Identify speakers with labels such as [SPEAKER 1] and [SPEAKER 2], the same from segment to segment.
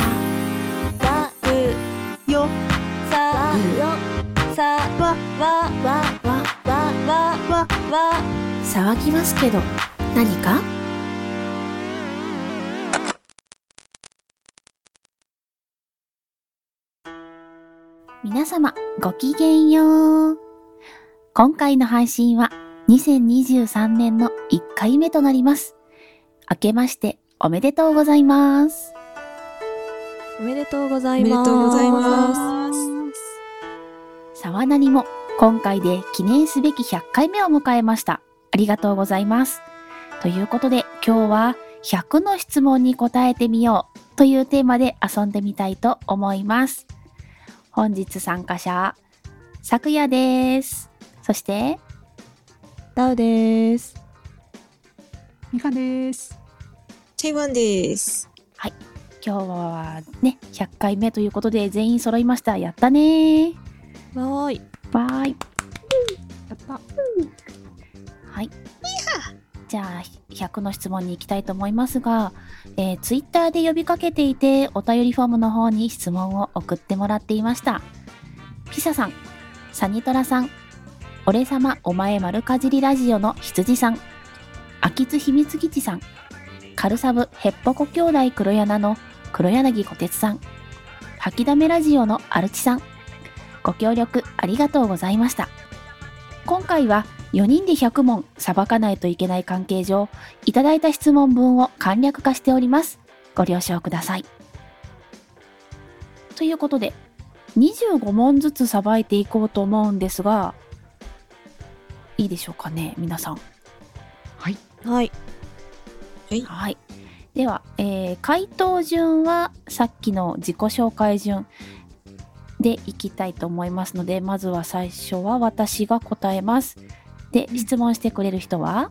[SPEAKER 1] わう
[SPEAKER 2] よ
[SPEAKER 1] さ
[SPEAKER 2] よ
[SPEAKER 1] さ
[SPEAKER 2] わ
[SPEAKER 1] わわ
[SPEAKER 3] わ
[SPEAKER 1] わわ
[SPEAKER 2] わ
[SPEAKER 1] わ
[SPEAKER 3] 騒ぎますけど何か皆様ごきげんよう今回の配信は2023年の1回目となります明けましておめでとうございます
[SPEAKER 1] おめでとうござ
[SPEAKER 2] おめ
[SPEAKER 1] い
[SPEAKER 2] で
[SPEAKER 1] ます
[SPEAKER 2] とうございます
[SPEAKER 3] 沢なりも今回で記念すべき100回目を迎えました。ありがとうございます。ということで今日は100の質問に答えてみようというテーマで遊んでみたいと思います。本日参加者、昨夜です。そして、
[SPEAKER 1] ダウです
[SPEAKER 4] ミカです。
[SPEAKER 2] チェイワンです
[SPEAKER 3] 今日はね、100回目ということで全員揃いました。やったねー。
[SPEAKER 1] わーい
[SPEAKER 3] バイ。
[SPEAKER 4] やった。
[SPEAKER 3] はい。じゃあ、100の質問に行きたいと思いますが、えー、ツイッターで呼びかけていて、お便りフォームの方に質問を送ってもらっていました。ピサさん、サニトラさん、俺様お前丸かじりラジオの羊さん、秋津秘密基地さん、カルサブヘッポコ兄弟黒柳の黒柳小鉄さん、吐きだめラジオのアルチさん、ご協力ありがとうございました。今回は4人で100問さばかないといけない関係上、いただいた質問文を簡略化しております。ご了承ください。ということで、25問ずつさばいていこうと思うんですが、いいでしょうかね、皆さん。
[SPEAKER 4] はい。
[SPEAKER 1] はい
[SPEAKER 3] はい。では、えー回答順はさっきの自己紹介順でいきたいと思いますので、まずは最初は私が答えます。で、質問してくれる人は、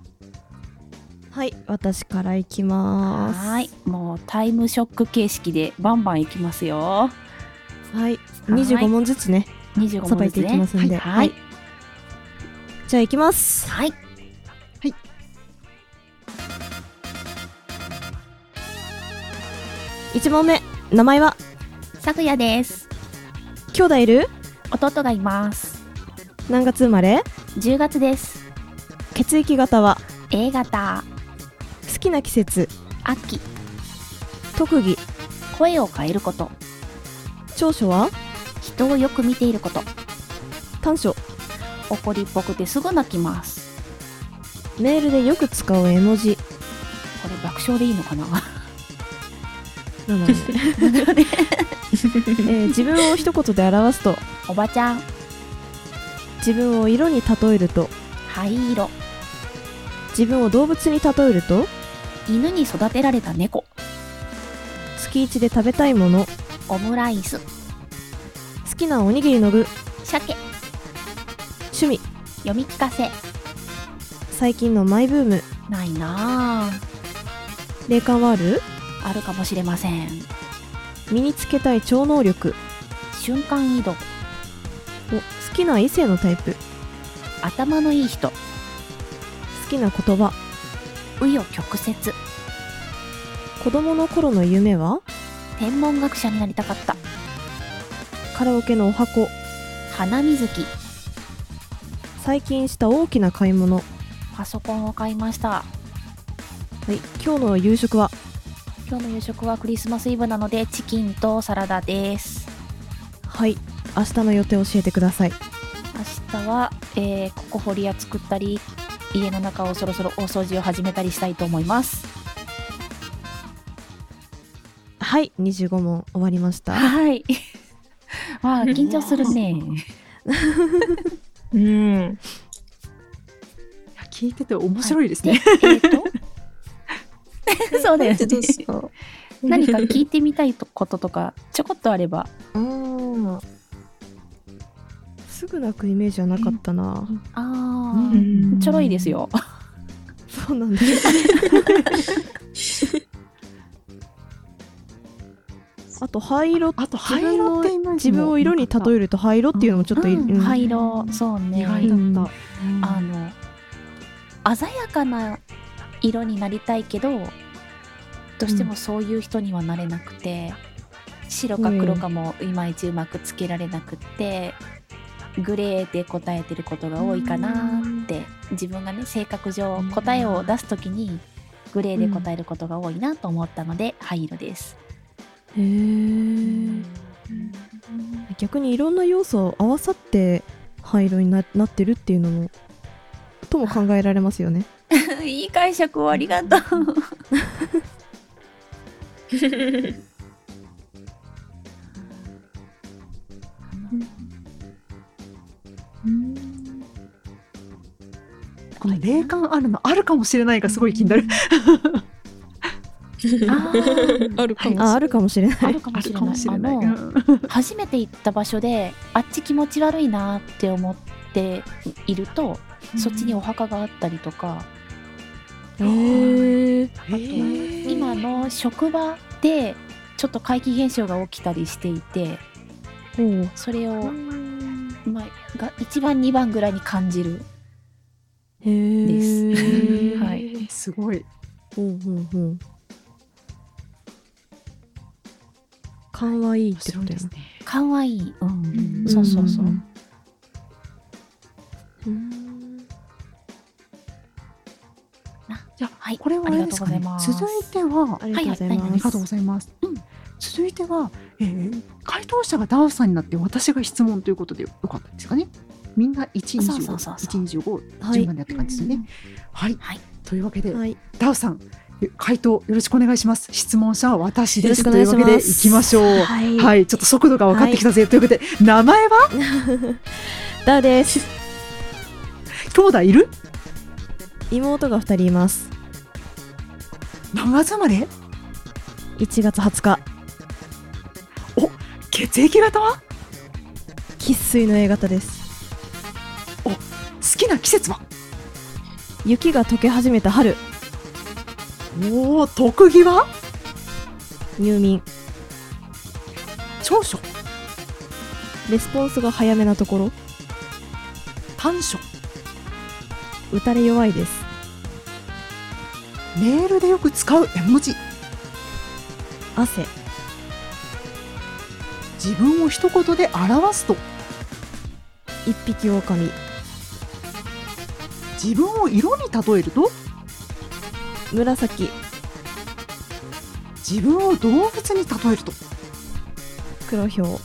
[SPEAKER 1] はい私からいきます
[SPEAKER 3] はい。もうタイムショック形式でバンバンいきますよ。
[SPEAKER 1] はい25問ずつね
[SPEAKER 3] 25
[SPEAKER 1] さば
[SPEAKER 3] 問
[SPEAKER 1] い
[SPEAKER 3] です
[SPEAKER 1] てい
[SPEAKER 3] ね。
[SPEAKER 1] きますんで
[SPEAKER 3] はい。はい。
[SPEAKER 1] じゃあいきます
[SPEAKER 3] はい。
[SPEAKER 1] 1問目名前は
[SPEAKER 3] さくやです。
[SPEAKER 1] 兄弟いる
[SPEAKER 3] 弟がいます。
[SPEAKER 1] 何月生まれ
[SPEAKER 3] 10月です。
[SPEAKER 1] 血液型は
[SPEAKER 3] A 型、
[SPEAKER 1] 好きな季節
[SPEAKER 3] 秋、
[SPEAKER 1] 特技
[SPEAKER 3] 声を変えること、
[SPEAKER 1] 長所は
[SPEAKER 3] 人をよく見ていること、
[SPEAKER 1] 短所
[SPEAKER 3] 怒りっぽくてすぐ泣きます。
[SPEAKER 1] メールでよく使う絵文字
[SPEAKER 3] これ爆笑でいいのかな
[SPEAKER 1] なので、えー自分を一言で表すと
[SPEAKER 3] おばちゃん
[SPEAKER 1] 自分を色に例えると
[SPEAKER 3] 灰色
[SPEAKER 1] 自分を動物に例えると
[SPEAKER 3] 犬に育てられた猫
[SPEAKER 1] 月一で食べたいもの
[SPEAKER 3] オムライス
[SPEAKER 1] 好きなおにぎりの具
[SPEAKER 3] 鮭
[SPEAKER 1] 趣味
[SPEAKER 3] 読み聞かせ
[SPEAKER 1] 最近のマイブーム
[SPEAKER 3] ないなぁ
[SPEAKER 1] 霊感はある
[SPEAKER 3] あるかもしれません
[SPEAKER 1] 身につけたい超能力
[SPEAKER 3] 瞬間移動
[SPEAKER 1] お好きな異性のタイプ
[SPEAKER 3] 頭のいい人
[SPEAKER 1] 好きな言葉
[SPEAKER 3] 紆余曲折
[SPEAKER 1] 子供の頃の夢は
[SPEAKER 3] 天文学者になりたかった
[SPEAKER 1] カラオケのお箱
[SPEAKER 3] 花水木
[SPEAKER 1] 最近した大きな買い物は
[SPEAKER 3] パソコンを買いました
[SPEAKER 1] い今日の夕食は
[SPEAKER 3] 今日の夕食はクリスマスイブなのでチキンとサラダです
[SPEAKER 1] はい明日の予定教えてください
[SPEAKER 3] 明日は、えー、ここ堀屋作ったり家の中をそろそろ大掃除を始めたりしたいと思います
[SPEAKER 1] はい25問終わりました
[SPEAKER 3] はい。 わあ、緊張するね。
[SPEAKER 2] うん
[SPEAKER 4] いや聞いてて面白いですね。
[SPEAKER 3] えっと。そうだよね。
[SPEAKER 2] どうですか。
[SPEAKER 3] 何か聞いてみたいこととか、ちょこっとあれば。
[SPEAKER 2] うん。
[SPEAKER 1] すぐ泣くイメージはなかったな、
[SPEAKER 3] あ
[SPEAKER 4] う
[SPEAKER 3] あ、
[SPEAKER 4] ん
[SPEAKER 3] ちょろいです。よ。
[SPEAKER 1] そうなんです。 あと灰色
[SPEAKER 4] あと灰色ってイメージも
[SPEAKER 1] 自分を色に例えると灰色っていうのもちょっとい、
[SPEAKER 3] うん
[SPEAKER 1] うん
[SPEAKER 3] 灰色、そう
[SPEAKER 4] 意
[SPEAKER 3] ね。
[SPEAKER 4] 外
[SPEAKER 1] だ
[SPEAKER 4] だった。
[SPEAKER 3] あの。鮮やかな色になりたいけど。どうしてもそういう人にはなれなくて、白か黒かもいまいちうまくつけられなくって、グレーで答えてることが多いかなって自分がね性格上
[SPEAKER 4] うん
[SPEAKER 3] 答えを出す時にグレーで答えることが多いなと思ったので灰色です。
[SPEAKER 1] へえ逆にいろんな要素を合わさって灰色にななってるっていうのもとも考えられますよね。
[SPEAKER 3] いい解釈をありがとう。
[SPEAKER 4] この霊感あるのあるかもしれないがすごい気になる。
[SPEAKER 3] あー
[SPEAKER 2] あるかもしれない。
[SPEAKER 1] ああるかもしれない。
[SPEAKER 3] あるかもしれない。あの初めて行った場所であっち気持ち悪いなって思っていると、そっちにお墓があったりとか、
[SPEAKER 1] へえ。
[SPEAKER 3] 今の職場でちょっと怪奇現象が起きたりしていて
[SPEAKER 1] おう
[SPEAKER 3] それを、まあ、が1番2番ぐらいに感じる
[SPEAKER 1] へえ。
[SPEAKER 3] です
[SPEAKER 4] は。
[SPEAKER 3] はい
[SPEAKER 4] すごい。
[SPEAKER 1] うんうんうん。勘はいいってことやな。
[SPEAKER 4] ね。
[SPEAKER 3] かわいい、うん
[SPEAKER 4] ん
[SPEAKER 3] そうそうそう、
[SPEAKER 1] んうん
[SPEAKER 4] じゃ
[SPEAKER 3] はい
[SPEAKER 4] これはあれですか
[SPEAKER 3] あ
[SPEAKER 4] ね
[SPEAKER 3] りがとうございま。す
[SPEAKER 4] 続いては
[SPEAKER 1] ありがとうござい
[SPEAKER 3] はい
[SPEAKER 4] あ
[SPEAKER 1] ま
[SPEAKER 4] り
[SPEAKER 1] す。
[SPEAKER 4] がとうございます。
[SPEAKER 3] うん
[SPEAKER 4] 続いては、えー回答者がダウさんになって私が質問ということでよかったですかね。みんな1、
[SPEAKER 3] そうそうそう
[SPEAKER 4] 25、
[SPEAKER 3] そう
[SPEAKER 4] 1、25、
[SPEAKER 1] はい
[SPEAKER 4] 順番でやった感じですよね。はい。
[SPEAKER 3] はい
[SPEAKER 4] というわけで、
[SPEAKER 1] はい。
[SPEAKER 4] ダウさん、回答よろしくお願いします。質問者は私です。
[SPEAKER 1] よろしくお願いします
[SPEAKER 4] というわけで、いきましょう。は
[SPEAKER 2] はい
[SPEAKER 4] い、ちょっと速度が分かってきたぜ。ということで、名前は
[SPEAKER 1] だです。
[SPEAKER 4] 兄弟いる
[SPEAKER 1] 妹が二人います。
[SPEAKER 4] 何月生まれ
[SPEAKER 1] 1月20日、
[SPEAKER 4] 血液型は
[SPEAKER 1] 生粋の A 型です。
[SPEAKER 4] 好きな季節は
[SPEAKER 1] 雪が溶け始めた春、
[SPEAKER 4] おお、特技は
[SPEAKER 1] 入眠。
[SPEAKER 4] 長所、
[SPEAKER 1] レスポンスが早めなところ、
[SPEAKER 4] 短所。
[SPEAKER 1] 打たれ弱いです。
[SPEAKER 4] メールでよく使う絵文字。
[SPEAKER 1] 汗、
[SPEAKER 4] 自分を一言で表すと
[SPEAKER 1] 一匹狼、
[SPEAKER 4] 自分を色に例えると
[SPEAKER 1] 紫、
[SPEAKER 4] 自分を動物に例えると
[SPEAKER 1] 黒ひょ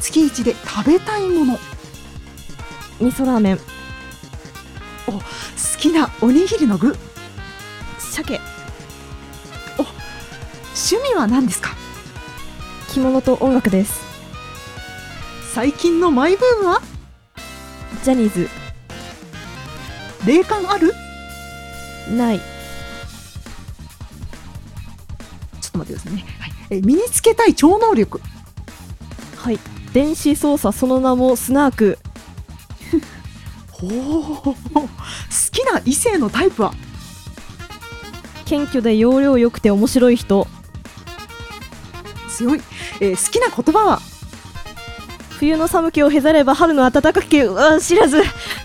[SPEAKER 4] 月一で食べたいもの好
[SPEAKER 1] う、味噌ラーメン、
[SPEAKER 4] きなおにぎりの具
[SPEAKER 1] 鮭、
[SPEAKER 4] 趣味は何ですか
[SPEAKER 1] 着物と音楽です。
[SPEAKER 4] 最近のマイブームは
[SPEAKER 1] ジャニーズ、
[SPEAKER 4] 霊感ある
[SPEAKER 1] ない、
[SPEAKER 4] ちょっと待ってくださいね、はい、え身につけたい超能力
[SPEAKER 1] はい。電子操作その名もスナーク、
[SPEAKER 4] ほう好きな異性のタイプは
[SPEAKER 1] 謙虚で容量良くて面白い人、
[SPEAKER 4] 強い、えー好きな言葉は
[SPEAKER 1] 冬の寒気をへざれば春の暖かきをうわ知らず、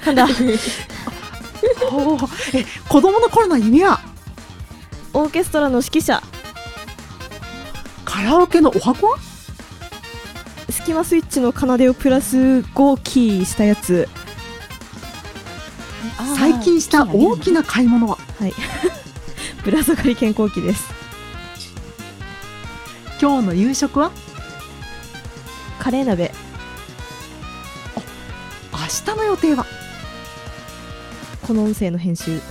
[SPEAKER 1] なんだ、
[SPEAKER 4] ほうえ子供の頃の夢は
[SPEAKER 1] オーケストラの指揮者、
[SPEAKER 4] カラオケのお箱は
[SPEAKER 1] スキマスイッチの奏でをプラス5キーしたやつ
[SPEAKER 4] 最近した大き
[SPEAKER 3] な
[SPEAKER 4] な買い物は
[SPEAKER 1] ぶら下がり健康器です
[SPEAKER 4] 今日の夕食は
[SPEAKER 1] カレー鍋
[SPEAKER 4] 明日の予定は
[SPEAKER 1] この音声の編集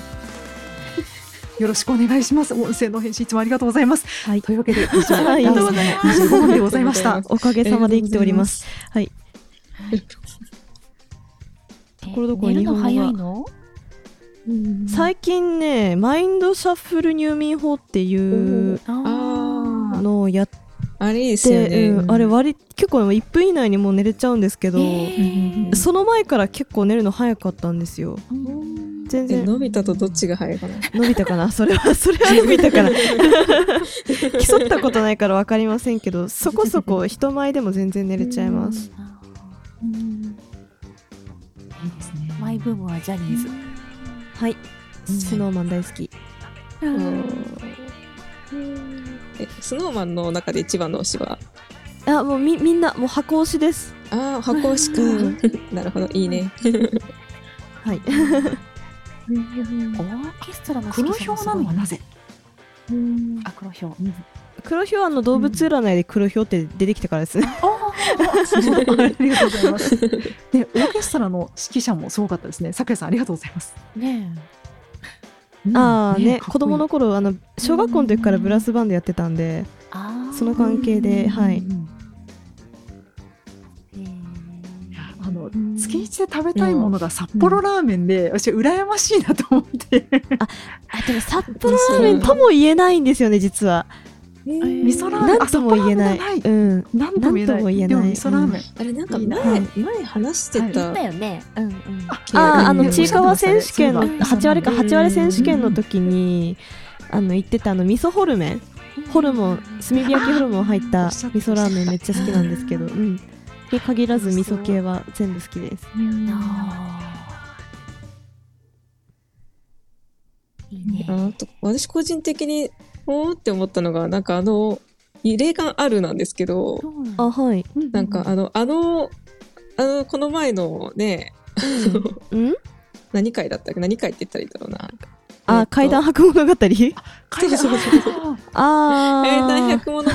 [SPEAKER 4] よろしくお願いします。音声の返信いつもありがとうございます。
[SPEAKER 1] はい
[SPEAKER 4] という わけで、以上、
[SPEAKER 1] はい
[SPEAKER 4] ダウさんの25問でございまし
[SPEAKER 2] あ
[SPEAKER 4] た
[SPEAKER 2] りが。
[SPEAKER 1] おかげさまで生きておりますはい
[SPEAKER 3] と
[SPEAKER 1] ころどころ
[SPEAKER 3] 寝るの
[SPEAKER 1] 日本語が
[SPEAKER 3] 早いの
[SPEAKER 1] 最近ねマインドシャッフル入眠法っていう
[SPEAKER 2] あー
[SPEAKER 1] のをやっ
[SPEAKER 2] あれですよ
[SPEAKER 1] て、
[SPEAKER 2] ね。
[SPEAKER 1] うんあれ割り結構1分以内にもう寝れちゃうんですけど、
[SPEAKER 2] え
[SPEAKER 1] その前から結構寝るの早かったんですよ全
[SPEAKER 2] え
[SPEAKER 1] 然
[SPEAKER 2] のび太とどっちが早いかな。
[SPEAKER 1] 伸びたかな それはそれは伸びたかな競ったことないから分かりませんけどそこそこ人前でも全然寝れちゃいます
[SPEAKER 3] マイブームはジャニーズ。
[SPEAKER 1] はいスノーマン大好き
[SPEAKER 2] うんえ、スノーマンの中で一番の推しは。
[SPEAKER 1] あもうみみんなもう箱推しです
[SPEAKER 2] ああ、箱推しか
[SPEAKER 1] うん。
[SPEAKER 2] なるほど、いいね。
[SPEAKER 1] はい
[SPEAKER 3] オーケストラ の
[SPEAKER 4] 黒豹なのはなぜ
[SPEAKER 3] うんあ黒豹、うん、
[SPEAKER 1] 黒ひょうあの動物占いで黒ひょうって出てきたからですね、
[SPEAKER 4] ありがとうございます。で、オーケストラの指揮者もすごかったですね。さくやさん、ありがとうございます。
[SPEAKER 3] ね
[SPEAKER 4] うん
[SPEAKER 1] ああね
[SPEAKER 4] かっこいい
[SPEAKER 1] 子供の頃あの小学校の時からブラスバンドやってたんで
[SPEAKER 3] えあー
[SPEAKER 1] その関係ではい
[SPEAKER 4] うん
[SPEAKER 3] えー
[SPEAKER 4] あの月一で食べたいものが札幌ラーメンで、私羨ましいなと思 って、
[SPEAKER 1] あでも札幌ラーメンとも言えないんですよね実は
[SPEAKER 2] え
[SPEAKER 4] 味噌ラーメン
[SPEAKER 1] 何とも言えない
[SPEAKER 4] あ札幌ラーメンじ
[SPEAKER 1] うん
[SPEAKER 4] なんとも言えな
[SPEAKER 1] なんと
[SPEAKER 4] い。
[SPEAKER 1] も言えない
[SPEAKER 4] でも味噌ラーメン。
[SPEAKER 2] あれ、なんか
[SPEAKER 4] いいな
[SPEAKER 2] 前、前話して
[SPEAKER 3] だ
[SPEAKER 2] た。
[SPEAKER 3] よねうんうん
[SPEAKER 1] あ
[SPEAKER 2] うん
[SPEAKER 1] ああ
[SPEAKER 2] う
[SPEAKER 1] の
[SPEAKER 2] ん
[SPEAKER 1] ちいかわ選手権の
[SPEAKER 4] うん
[SPEAKER 1] 8割か8割選手権の時にあの行ってたあの味噌ホルメンホルモン炭火焼きホルモン入った
[SPEAKER 4] あー
[SPEAKER 1] 味噌ラーメンめっちゃ好きなんですけど、
[SPEAKER 4] おっしゃっ
[SPEAKER 1] うん、に限らず味噌系は全部好きです。
[SPEAKER 3] あーいいね
[SPEAKER 2] あと私個人的におーって思ったのがなんかあの霊感あるなんですけど
[SPEAKER 3] そうなんだ
[SPEAKER 1] あはい。
[SPEAKER 2] なんかあのあのあのこの前のね
[SPEAKER 1] うん？
[SPEAKER 2] 何回だったっけ何回って言ったらいいだろうな
[SPEAKER 1] あ、
[SPEAKER 2] えっと
[SPEAKER 1] 怪談博 物語？あ
[SPEAKER 4] 海外
[SPEAKER 2] そう
[SPEAKER 1] あー。
[SPEAKER 2] えー大百物語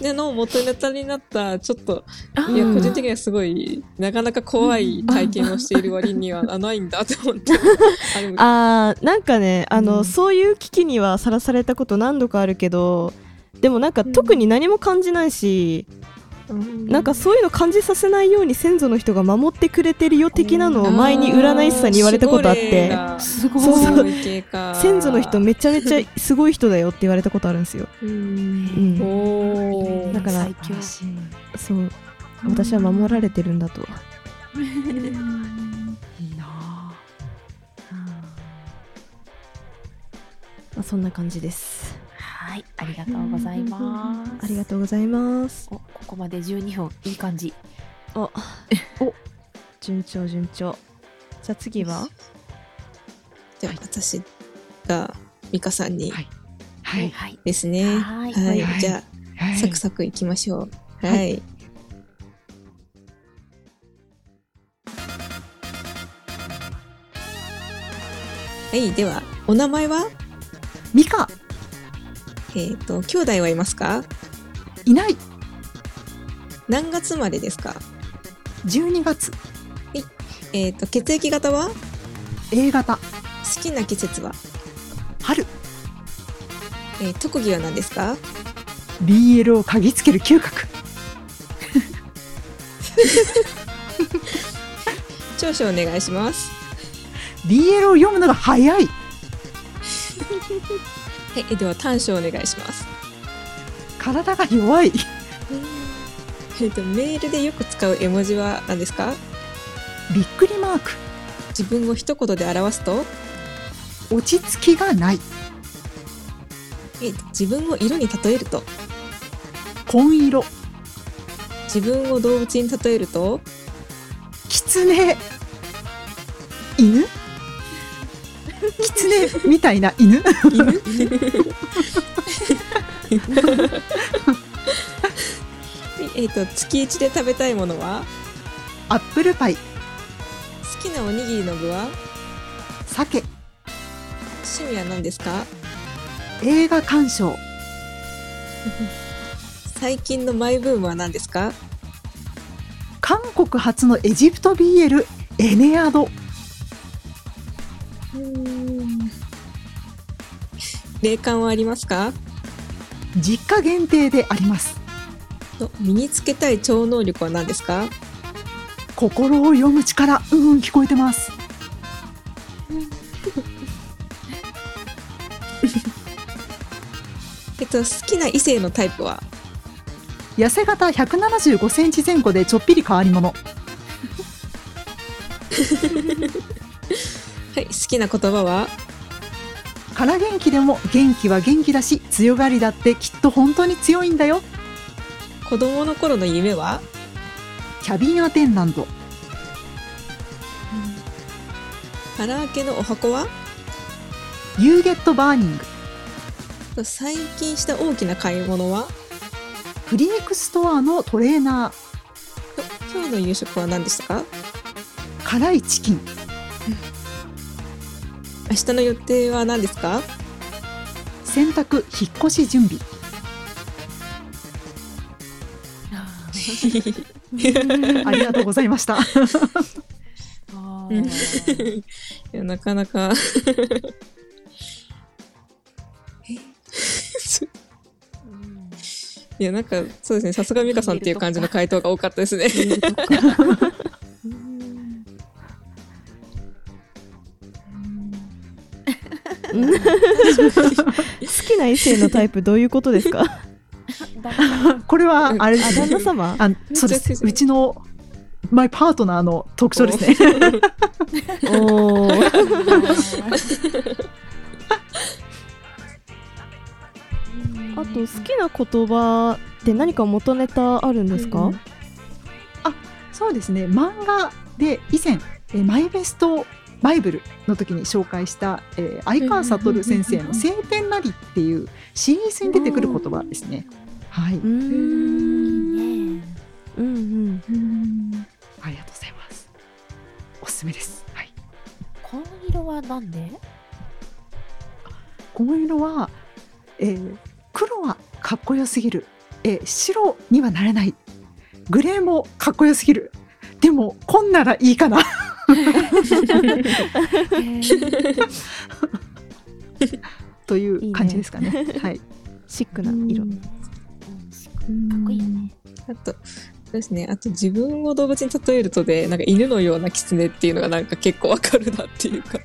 [SPEAKER 2] での元ネタになったちょっといや
[SPEAKER 1] うん
[SPEAKER 2] 個人的にはすごいなかなか怖い体験をしている割にはあないんだと思って あれも
[SPEAKER 1] あーなんかねあの、
[SPEAKER 4] うん
[SPEAKER 1] そういう危機にはさらされたこと何度かあるけどでもなんか
[SPEAKER 2] うん
[SPEAKER 1] 特に何も感じないし、なんかそういうの感じさせないように先祖の人が守ってくれてるよ的なのを前に占い師さんに言われたことあっ
[SPEAKER 2] あ
[SPEAKER 1] て
[SPEAKER 2] ー
[SPEAKER 4] すごい。
[SPEAKER 1] そうそう
[SPEAKER 2] すごい系か
[SPEAKER 1] 先祖の人めちゃめちゃすごい人だよって言われたことあるんですよ。
[SPEAKER 2] うん
[SPEAKER 1] うん
[SPEAKER 2] おー
[SPEAKER 1] だから
[SPEAKER 3] 最強
[SPEAKER 1] そう私は守られてるんだと。
[SPEAKER 4] いいな
[SPEAKER 1] まあ、そんな感じです。
[SPEAKER 3] はいありがとうございます
[SPEAKER 1] ありがとうございます。
[SPEAKER 3] おここまで12分いい感じ
[SPEAKER 1] お、お、順調順調。じゃあ次は？
[SPEAKER 2] じゃあ私が美香さんに
[SPEAKER 4] はいぁはい。
[SPEAKER 3] はい
[SPEAKER 2] ですね。は、
[SPEAKER 3] はいい
[SPEAKER 2] じゃあ、サクサクいきましょう。はい。はい、では、お名前は、
[SPEAKER 4] ミカ、
[SPEAKER 2] えっ、と、兄弟はいますか。
[SPEAKER 4] いない。
[SPEAKER 2] 何月生まれですか。
[SPEAKER 4] 12月、
[SPEAKER 2] えっ、と、血液型は、
[SPEAKER 4] A 型、
[SPEAKER 2] 好きな季節は、
[SPEAKER 4] 春、
[SPEAKER 2] えー特技は何ですか。
[SPEAKER 4] BL を嗅ぎつける嗅覚。
[SPEAKER 2] 長所お願いします。
[SPEAKER 4] BL を読むのが早い。
[SPEAKER 2] はい、えーでは、短所お願いします。
[SPEAKER 4] 体が弱い。
[SPEAKER 2] えっ、と、メールでよく使う絵文字は何ですか。
[SPEAKER 4] びっくりマーク。
[SPEAKER 2] 自分を一言で表すと、
[SPEAKER 4] 落ち着きがない。
[SPEAKER 2] え自分を色に例えると
[SPEAKER 4] 紺色。
[SPEAKER 2] 自分を動物に例えると
[SPEAKER 4] 狐犬狐みたいな犬
[SPEAKER 2] 犬えっと月一で食べたいものは
[SPEAKER 4] アップルパイ
[SPEAKER 2] 好きなおにぎりの具は
[SPEAKER 4] 鮭
[SPEAKER 2] 趣味は何ですか
[SPEAKER 4] 映画鑑賞
[SPEAKER 2] 最近のマイブームは何ですか
[SPEAKER 4] 韓国発のエジプト BL エネアド
[SPEAKER 2] 霊感はありますか
[SPEAKER 4] 実家限定であります
[SPEAKER 2] と身につけたい超能力は何ですか
[SPEAKER 4] 心を読む力うんうん聞こえてます
[SPEAKER 2] えっと好きな異性のタイプは
[SPEAKER 4] 痩せ型175センチ前後でちょっぴり変わり者
[SPEAKER 2] はい好きな言葉は
[SPEAKER 4] から元気でも元気は元気だし強がりだってきっと本当に強いんだよ
[SPEAKER 2] 子供の頃の夢は
[SPEAKER 4] キャビンアテンダント
[SPEAKER 2] カラオケのお箱は
[SPEAKER 4] You get burning
[SPEAKER 2] と最近した大きな買い物は
[SPEAKER 4] フリークストアのトレーナー
[SPEAKER 2] と今日の夕食は何でしたか
[SPEAKER 4] 辛いチキン
[SPEAKER 2] 明日の予定は何ですか
[SPEAKER 4] 洗濯引っ越し準備ありがとうございました
[SPEAKER 2] うんいやなかなか いやなんかそうですねさすが美香さんっていう感じの回答が多かったですね
[SPEAKER 1] 好きな異性のタイプどういうことですか あ
[SPEAKER 4] これはあれです
[SPEAKER 1] 旦
[SPEAKER 4] ね
[SPEAKER 1] 那様
[SPEAKER 4] あそうですうちのマイパートナーの特徴ですね
[SPEAKER 1] おーあと好きな言葉って何か元ネタあるんですか、
[SPEAKER 2] うん
[SPEAKER 4] そうですね漫画で以前えーマイベストバイブルの時に紹介した、えー、相川悟先生の「晴天なり」っていうシリーズに出てくる言葉ですね。はいう
[SPEAKER 1] ー、ん
[SPEAKER 3] ね
[SPEAKER 1] うんうん
[SPEAKER 4] ありがとうございます。おすすめです。はい、
[SPEAKER 3] 紺色はなんで
[SPEAKER 4] この色は、えー黒はかっこよすぎる、えー白にはなれない、グレーもかっこよすぎる。でもこんならいいかな。という感じですかね。はい。
[SPEAKER 1] シックな色、
[SPEAKER 2] うん
[SPEAKER 3] かっこいいよね。
[SPEAKER 2] あとそうですねあと自分を動物に例えるとでなんか犬のような狐っていうのがなんか結構わかるなっていうか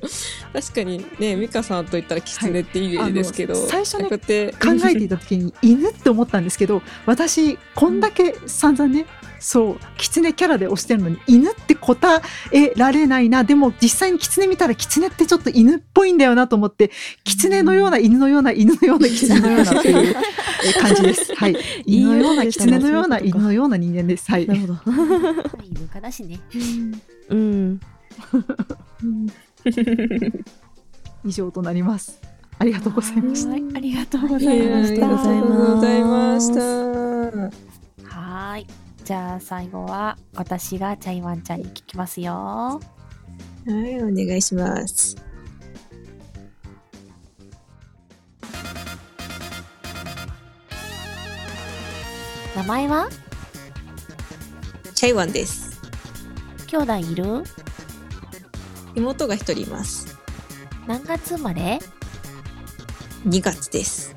[SPEAKER 2] 確かにね美香さんと言ったら狐ってイメージですけど、
[SPEAKER 4] はいあの最初ね
[SPEAKER 2] こうやって
[SPEAKER 4] 考えて いた時に犬って思ったんですけど私こんだけ散々ねそう狐キャラで推してるのに犬って答えられないなでも実際に狐見たら狐ってちょっと犬っぽいんだよなと思って狐のような犬のような犬のような狐のようなっていうえ感じですはい
[SPEAKER 1] いい
[SPEAKER 4] 犬のよう
[SPEAKER 1] よう
[SPEAKER 4] な
[SPEAKER 1] でしたね
[SPEAKER 4] 狐のような
[SPEAKER 1] そういうこと
[SPEAKER 4] 犬
[SPEAKER 1] か
[SPEAKER 4] のような人間ですはい
[SPEAKER 1] なるほど
[SPEAKER 3] 可愛い文化だしね。
[SPEAKER 1] うん
[SPEAKER 4] 以上となりますありがとうございました
[SPEAKER 3] はいありがとうご
[SPEAKER 2] いや
[SPEAKER 3] ざいま
[SPEAKER 2] あ
[SPEAKER 3] し
[SPEAKER 2] り
[SPEAKER 3] た。
[SPEAKER 2] がとうございました。
[SPEAKER 3] はーい。じゃあ最後は私がチャイワンちゃんに聞きますよ。
[SPEAKER 2] はい、お願いします。
[SPEAKER 3] 名前は
[SPEAKER 2] チャイワンです。
[SPEAKER 3] 兄弟いる
[SPEAKER 2] 妹が一人います。
[SPEAKER 3] 何月生まれ
[SPEAKER 2] 2月です。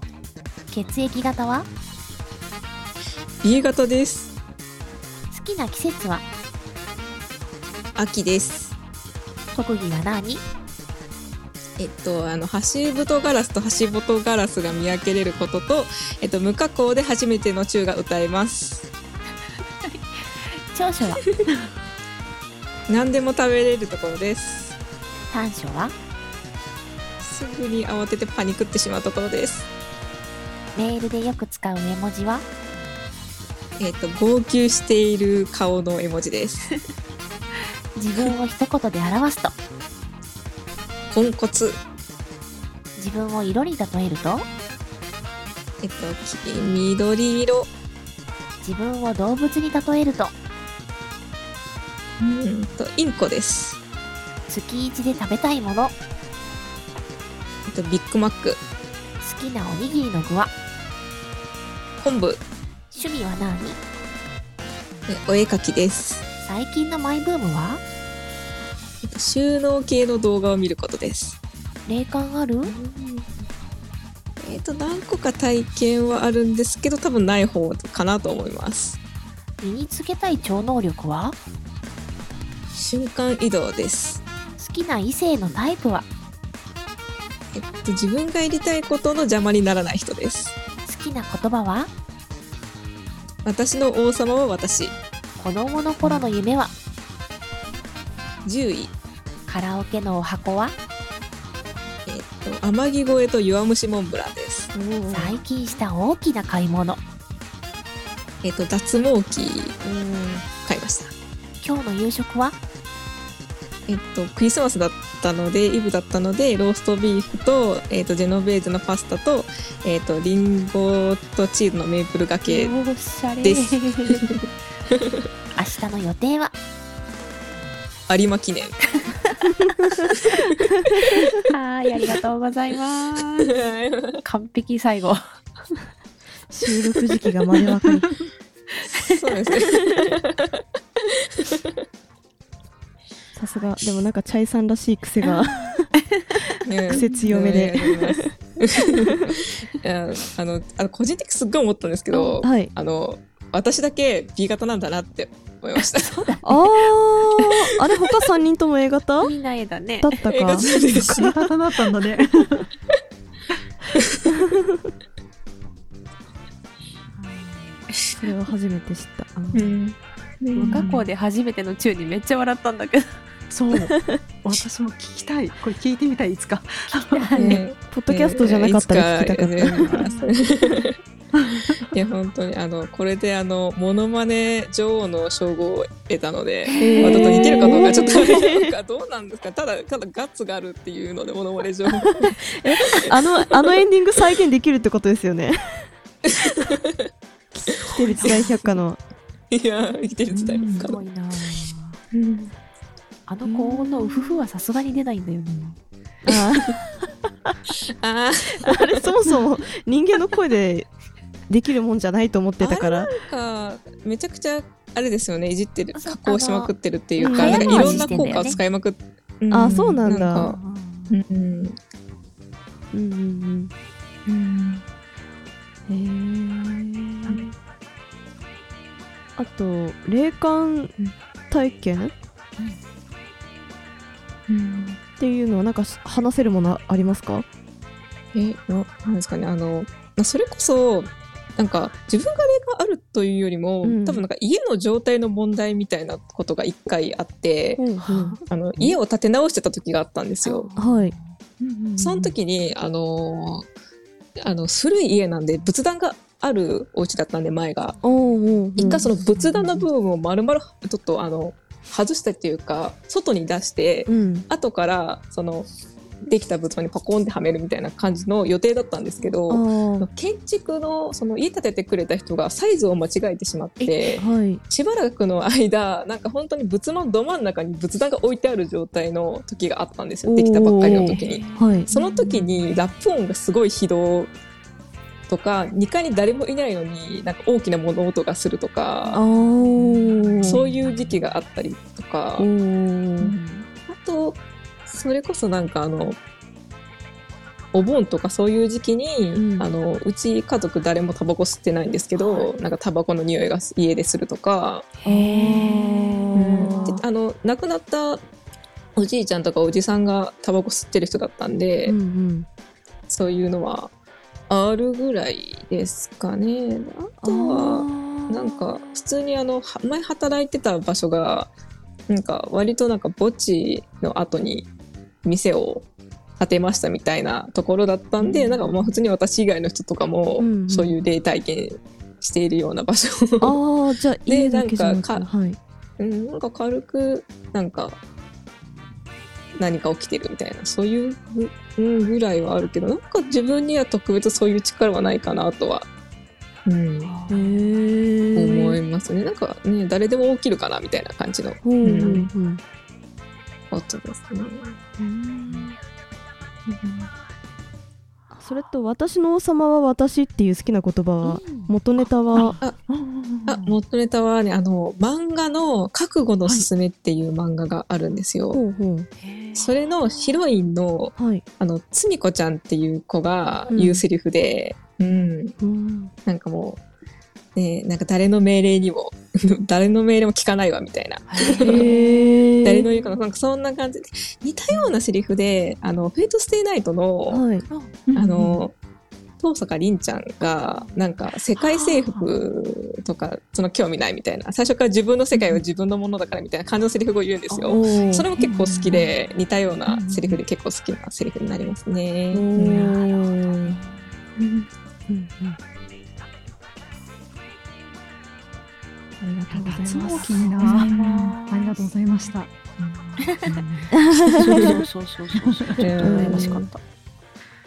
[SPEAKER 3] 血液型は
[SPEAKER 2] B 型です。
[SPEAKER 3] 好きな季節は
[SPEAKER 2] 秋です。
[SPEAKER 3] 特技は何
[SPEAKER 2] えっと、あの、橋太ガラスと橋本ガラスが見分けれることと、えっと、無加工で初めての中が歌えます。
[SPEAKER 3] 長所は
[SPEAKER 2] 何でも食べれるところです。
[SPEAKER 3] 短所は
[SPEAKER 2] すぐに慌ててパニクってしまうところです。
[SPEAKER 3] メールでよく使う絵文字は
[SPEAKER 2] えっと、号泣している顔の絵文字です。
[SPEAKER 3] 自分を一言で表すと
[SPEAKER 2] ポンコツ。
[SPEAKER 3] 自分を色に例えると
[SPEAKER 2] えっと、き緑色。
[SPEAKER 3] 自分を動物に例えると
[SPEAKER 2] うんと、インコです。
[SPEAKER 3] 月一で食べたいもの好
[SPEAKER 2] えっと、ビッグマック。
[SPEAKER 3] きなおにぎりの具は
[SPEAKER 2] 昆布。
[SPEAKER 3] 趣味は何
[SPEAKER 2] えお絵描きです。
[SPEAKER 3] 最近のマイブームは
[SPEAKER 2] えっと収納系の動画を見ることです。
[SPEAKER 3] 霊感ある
[SPEAKER 2] えっと何個か体験はあるんですけど、多分ない方かなと思います。
[SPEAKER 3] 身につけたい超能力は
[SPEAKER 2] 瞬間移動です。
[SPEAKER 3] 好きな異性のタイプは
[SPEAKER 2] えっと自分がやりたいことの邪魔にならない人です。
[SPEAKER 3] 好きな言葉は
[SPEAKER 2] 私の王様は私。
[SPEAKER 3] 子供の頃の夢は
[SPEAKER 2] 10位。
[SPEAKER 3] カラオケのお箱は
[SPEAKER 2] えっと天城越えと弱虫モンブランです。
[SPEAKER 3] 最近した大きな買い物
[SPEAKER 2] えっと脱毛器買いました。
[SPEAKER 3] 今日の夕食は
[SPEAKER 2] えっと、クリスマスだったのでイブだったのでローストビーフと,、えっとジェノベーゼのパスタと,、えっとリンゴとチーズのメープルがけ
[SPEAKER 3] おしゃれ
[SPEAKER 2] です
[SPEAKER 3] 明日の予定は
[SPEAKER 2] 有馬記念
[SPEAKER 3] はいありがとうございます 完璧最後
[SPEAKER 1] 収録時期がまでわ かる
[SPEAKER 2] そうですね
[SPEAKER 1] さすがでもなんかチャイさんらしい癖が
[SPEAKER 2] うん
[SPEAKER 1] 癖強めで
[SPEAKER 2] ねありがとうございますいやあのあの個人的にすっごい思ったんですけ ど、
[SPEAKER 1] はい
[SPEAKER 2] あの私だけ B 型なんだなって思いました
[SPEAKER 1] あーあれ他3人とも A 型だ
[SPEAKER 3] みんな絵だね
[SPEAKER 1] った
[SPEAKER 2] 映画
[SPEAKER 1] か
[SPEAKER 2] 中です
[SPEAKER 4] 新型だったんだね。
[SPEAKER 1] それは初めて知ったあ
[SPEAKER 2] うん
[SPEAKER 4] ん
[SPEAKER 5] 過去で初めての宙にめっちゃ笑ったんだけど
[SPEAKER 4] そう。私も聞きたい。これ聞いてみたいいつか。
[SPEAKER 2] ね
[SPEAKER 1] ポッドキャストじゃなかったら聞きたかった、
[SPEAKER 2] いつかいや本当にあのこれであのモノマネ女王の称号を得たので、
[SPEAKER 1] え
[SPEAKER 2] まあちょっと似てるかどうかちょっとあ
[SPEAKER 1] え
[SPEAKER 2] れなんかどうなんですかただただガッツがあるっていうのでモノマネ女王
[SPEAKER 1] あのあのエンディング再現できるってことですよ ね来てる時代百科の
[SPEAKER 2] いや生きてる時代です
[SPEAKER 5] す
[SPEAKER 2] か
[SPEAKER 5] ごいな
[SPEAKER 1] うん
[SPEAKER 5] あの高音のウフフはさすがに出ないんだよね
[SPEAKER 1] あ
[SPEAKER 2] あー
[SPEAKER 1] ーあれそもそも人間の声でできるもんじゃないと思ってたから
[SPEAKER 2] なんかめちゃくちゃあれですよねいじってる
[SPEAKER 5] そう
[SPEAKER 2] 加工しまくってるっていう
[SPEAKER 1] あ
[SPEAKER 2] か
[SPEAKER 1] の
[SPEAKER 2] なんかい
[SPEAKER 1] 早回
[SPEAKER 2] ろ
[SPEAKER 1] し
[SPEAKER 5] し
[SPEAKER 2] んな
[SPEAKER 5] てんだよね
[SPEAKER 2] 効果を使いまくって
[SPEAKER 1] あーそうなんだ
[SPEAKER 2] かうんうん
[SPEAKER 1] うんうん
[SPEAKER 2] うん
[SPEAKER 1] うんへえあと霊感体験
[SPEAKER 2] うん
[SPEAKER 1] っていうのはなんか話せるものありますか
[SPEAKER 2] えななんですかねあのまあそれこそなんか自分が霊があるというよりも、
[SPEAKER 1] うん
[SPEAKER 2] 多分なんか家の状態の問題みたいなことが一回あって、
[SPEAKER 1] は
[SPEAKER 2] あの家を建て直してた時があったんですよ。
[SPEAKER 1] い
[SPEAKER 2] その時にあのーあの古い家なんで仏壇があるお家だったんで前が
[SPEAKER 1] おうおうおう
[SPEAKER 2] 一回その仏壇の部分を丸々ちょっとあの外したっていうか外に出して、
[SPEAKER 1] うん
[SPEAKER 2] 後からそのできた仏壇にパコンってはめるみたいな感じの予定だったんですけど。あの
[SPEAKER 1] あ
[SPEAKER 2] 建築のその家建ててくれた人がサイズを間違えてしまって
[SPEAKER 1] あはい
[SPEAKER 2] しばらくの間なんか本当に仏のど真ん中に仏壇が置いてある状態の時があったんです
[SPEAKER 1] お
[SPEAKER 2] よ
[SPEAKER 1] ー
[SPEAKER 2] できたばっかりの時に
[SPEAKER 1] はい
[SPEAKER 2] その時にラップ音がすごい非道とか2階に誰もいないのになんか大きな物音がすると
[SPEAKER 1] あ
[SPEAKER 2] か
[SPEAKER 1] ー
[SPEAKER 2] そういう時期があったりとか
[SPEAKER 1] おー
[SPEAKER 2] あとそれこそなんかあのお盆とかそういう時期に、
[SPEAKER 1] うん
[SPEAKER 2] あのうち家族誰もタバコ吸ってないんですけど、なんかタバコの匂いが家でするとか、
[SPEAKER 1] へー
[SPEAKER 2] であの亡くなったおじいちゃんとかおじさんがタバコ吸ってる人だったんで、
[SPEAKER 1] うんうん
[SPEAKER 2] そういうのはあるぐらいですかね。あとはなんか普通にあのは前働いてた場所がなんか割となんか墓地の後に店を建てましたみたいなところだったんで、なんかまあ普通に私以外の人とかも
[SPEAKER 1] うんうん
[SPEAKER 2] そういう霊体験しているような場所、
[SPEAKER 1] あーじゃあ
[SPEAKER 2] で
[SPEAKER 1] 家だけじゃなく
[SPEAKER 2] なん
[SPEAKER 1] はい
[SPEAKER 2] うん、なんか軽くなんか何か起きてるみたいなそういうぐ,、うん、ぐらいはあるけどなんか自分には特別そういう力はないかなとは、うん、
[SPEAKER 1] へー
[SPEAKER 2] 思いますね。なんかね、誰でも起きるかなみたいな感じの
[SPEAKER 1] うんうんうん
[SPEAKER 2] ことですね。
[SPEAKER 1] それと私の王様は私っていう好きな言葉は元ネタは
[SPEAKER 2] あ、元ネタはね、あの、漫画の覚悟のすすめっていう漫画があるんですよ。
[SPEAKER 1] ほうほう
[SPEAKER 2] それのヒロインの、
[SPEAKER 1] はい
[SPEAKER 2] あの、つみこちゃんっていう子が
[SPEAKER 1] うん
[SPEAKER 2] 言うセリフで、うん、
[SPEAKER 1] うん
[SPEAKER 2] なんかもう、ね、なんか誰の命令にも、 誰の命令も聞かないわみたいな。
[SPEAKER 1] へえ
[SPEAKER 2] 誰の言うかな、なんかそんな感じで、似たようなセリフで、あの、フェイトステイナイトの、
[SPEAKER 1] はい
[SPEAKER 2] あの東坂凛ちゃんがなんか世界征服とかその興味ないみたいな最初から自分の世界は自分のものだからみたいな感じのセリフを言うんですよ。
[SPEAKER 1] お
[SPEAKER 2] それ
[SPEAKER 1] も
[SPEAKER 2] も結構好きで似たようなセリフで結構好きなセリフになりますね。
[SPEAKER 1] うんうんありがとうございます
[SPEAKER 4] 気になる。ありがとうございました。
[SPEAKER 3] そうそうそうそうそう。ちょっと羨ましかった。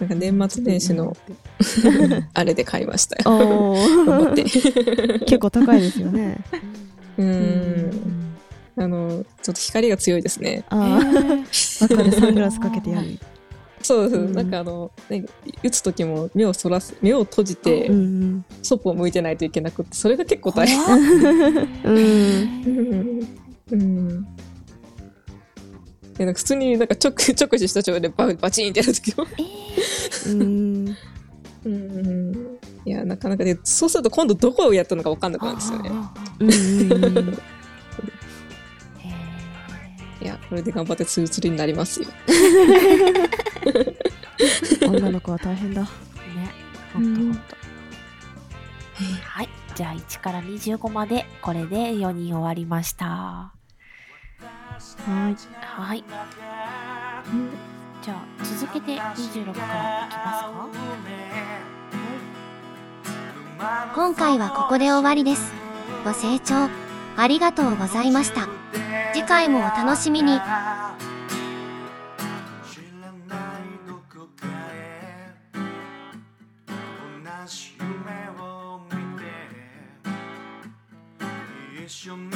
[SPEAKER 2] なんか年末年始のあれで買いましたよ。
[SPEAKER 1] お
[SPEAKER 2] 頑張っ
[SPEAKER 1] ー
[SPEAKER 2] て。
[SPEAKER 1] 結構高いですよね。
[SPEAKER 2] う。。
[SPEAKER 1] うん
[SPEAKER 2] あの、ちょっと光が強いですね。
[SPEAKER 1] ああ、わかる。サングラスかけてやる。
[SPEAKER 2] そうそう。
[SPEAKER 1] うん
[SPEAKER 2] なんかあの、ね、打つ時も目をそらす、目を閉じて
[SPEAKER 1] う、ん
[SPEAKER 2] そっぽを向いてないといけなくって、それが結構大変。
[SPEAKER 1] うん。うん。
[SPEAKER 2] うん。いやなんか普通になんか直 直視した直でババチンってやる時も。
[SPEAKER 1] うん。
[SPEAKER 2] うん。いや、なかなかで、そうすると今度どこをやったのかわかんなくなるんですよね。
[SPEAKER 1] うん。
[SPEAKER 2] いや、これで頑張ってツルツルになりますよ。
[SPEAKER 1] 女の子は大変だ。
[SPEAKER 3] ね、ほんとほんと。はい、じゃあ1から25までこれで4人終わりました。
[SPEAKER 1] はい。
[SPEAKER 3] はい。じゃあ続けて26からいきますか。
[SPEAKER 6] 今回はここで終わりです。ご清聴ありがとうございました。次回もお楽しみに。
[SPEAKER 7] 知らないどこかへ同じ夢を見て一緒に